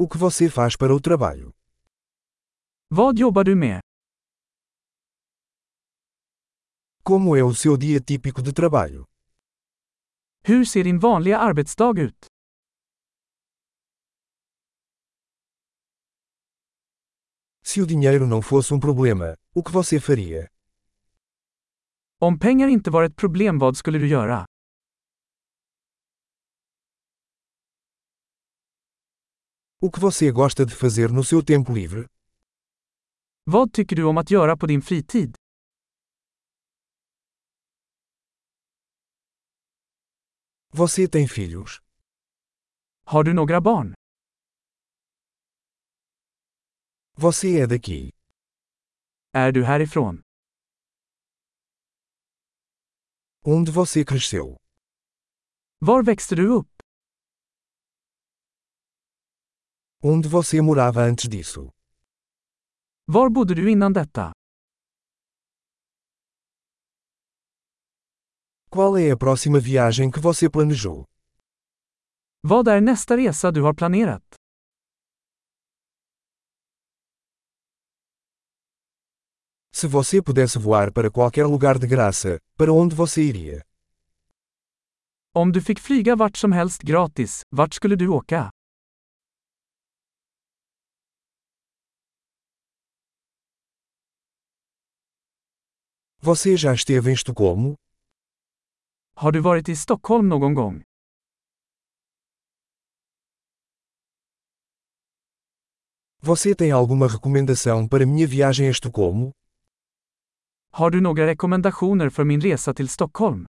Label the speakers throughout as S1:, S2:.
S1: O que você faz para o trabalho?
S2: Vad jobbar du med?
S1: Como é o seu dia típico de trabalho?
S2: Hur ser din vanliga arbetsdag ut?
S1: Se o dinheiro não fosse um problema, o que você faria?
S2: Om pengar inte var ett problem vad skulle du göra?
S1: O que você gosta de fazer no seu tempo livre?
S2: Vad tycker du om att göra på din fritid?
S1: Você tem filhos?
S2: Har du några barn?
S1: Você é daqui?
S2: Är du härifrån?
S1: Onde você cresceu?
S2: Var växte du upp?
S1: Onde você morava antes disso?
S2: Var bodde du innan detta?
S1: Qual é a próxima viagem que você planejou?
S2: Vad är nästa resa du har planerat?
S1: Se você pudesse voar para qualquer lugar de graça, para onde você iria?
S2: Om du fick flyga vart som helst gratis, vart skulle du åka?
S1: Você já esteve em Estocolmo?
S2: Har du varit i Stockholm någon gång?
S1: Você tem alguma recomendação para minha viagem a Estocolmo?
S2: Har du några rekommendationer för min resa till Stockholm?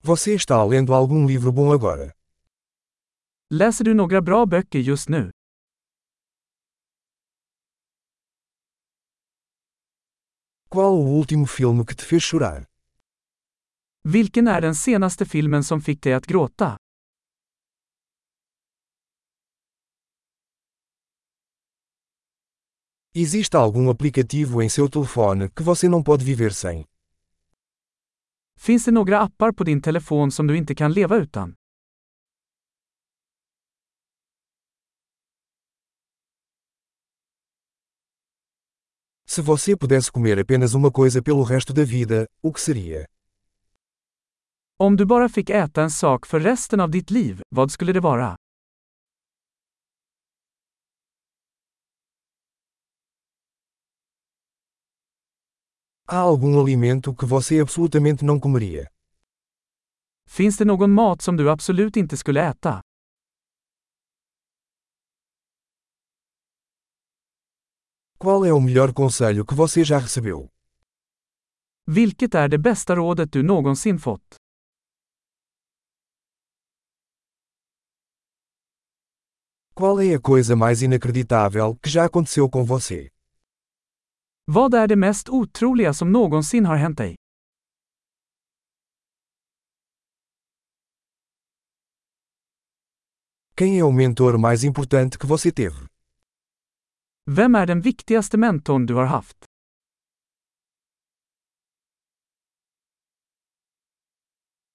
S1: Você está lendo algum livro bom agora?
S2: Läser du några bra böcker just nu?
S1: Qual o último filme que te fez chorar?
S2: Vilken är den senaste filmen som fick dig att gråta?
S1: Existe algum aplicativo em seu telefone que você não pode viver sem?
S2: Finns det några appar på din telefon som du inte kan leva utan?
S1: Se você pudesse comer apenas uma coisa pelo resto da vida, o que seria?
S2: Om du bara fick äta en sak för resten av ditt liv, vad skulle det vara?
S1: Há algum alimento que você absolutamente não comeria?
S2: Finns det någon mat som du absolut inte skulle äta?
S1: Qual é o melhor conselho que você já recebeu?
S2: Vilket är det bästa rådet du någonsin fått?
S1: Qual é a coisa mais inacreditável que já aconteceu com você?
S2: Vad är det mest otroliga som någonsin har hänt dig?
S1: Quem é o mentor mais importante que você teve?
S2: Vem är den viktigaste mentorn du har haft?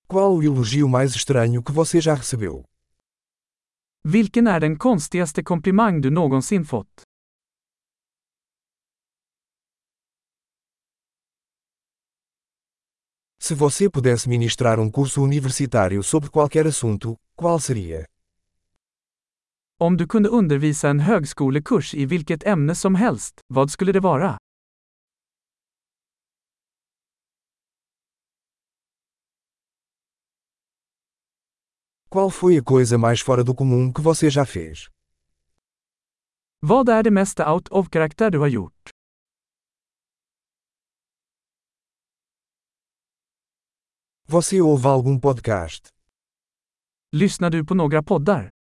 S1: Qual o elogio mais estranho que você já recebeu?
S2: Vilken är den konstigaste komplimang du någonsin fått?
S1: Se você pudesse ministrar um curso universitário sobre qualquer assunto, qual seria?
S2: Om du kunde undervisa en högskolekurs i vilket ämne som helst, vad skulle det vara?
S1: Qual foi a coisa mais fora do comum que você já fez?
S2: Vad är det mesta out of karaktär du har gjort?
S1: Você ouve algum podcast?
S2: Lyssnar du på några poddar?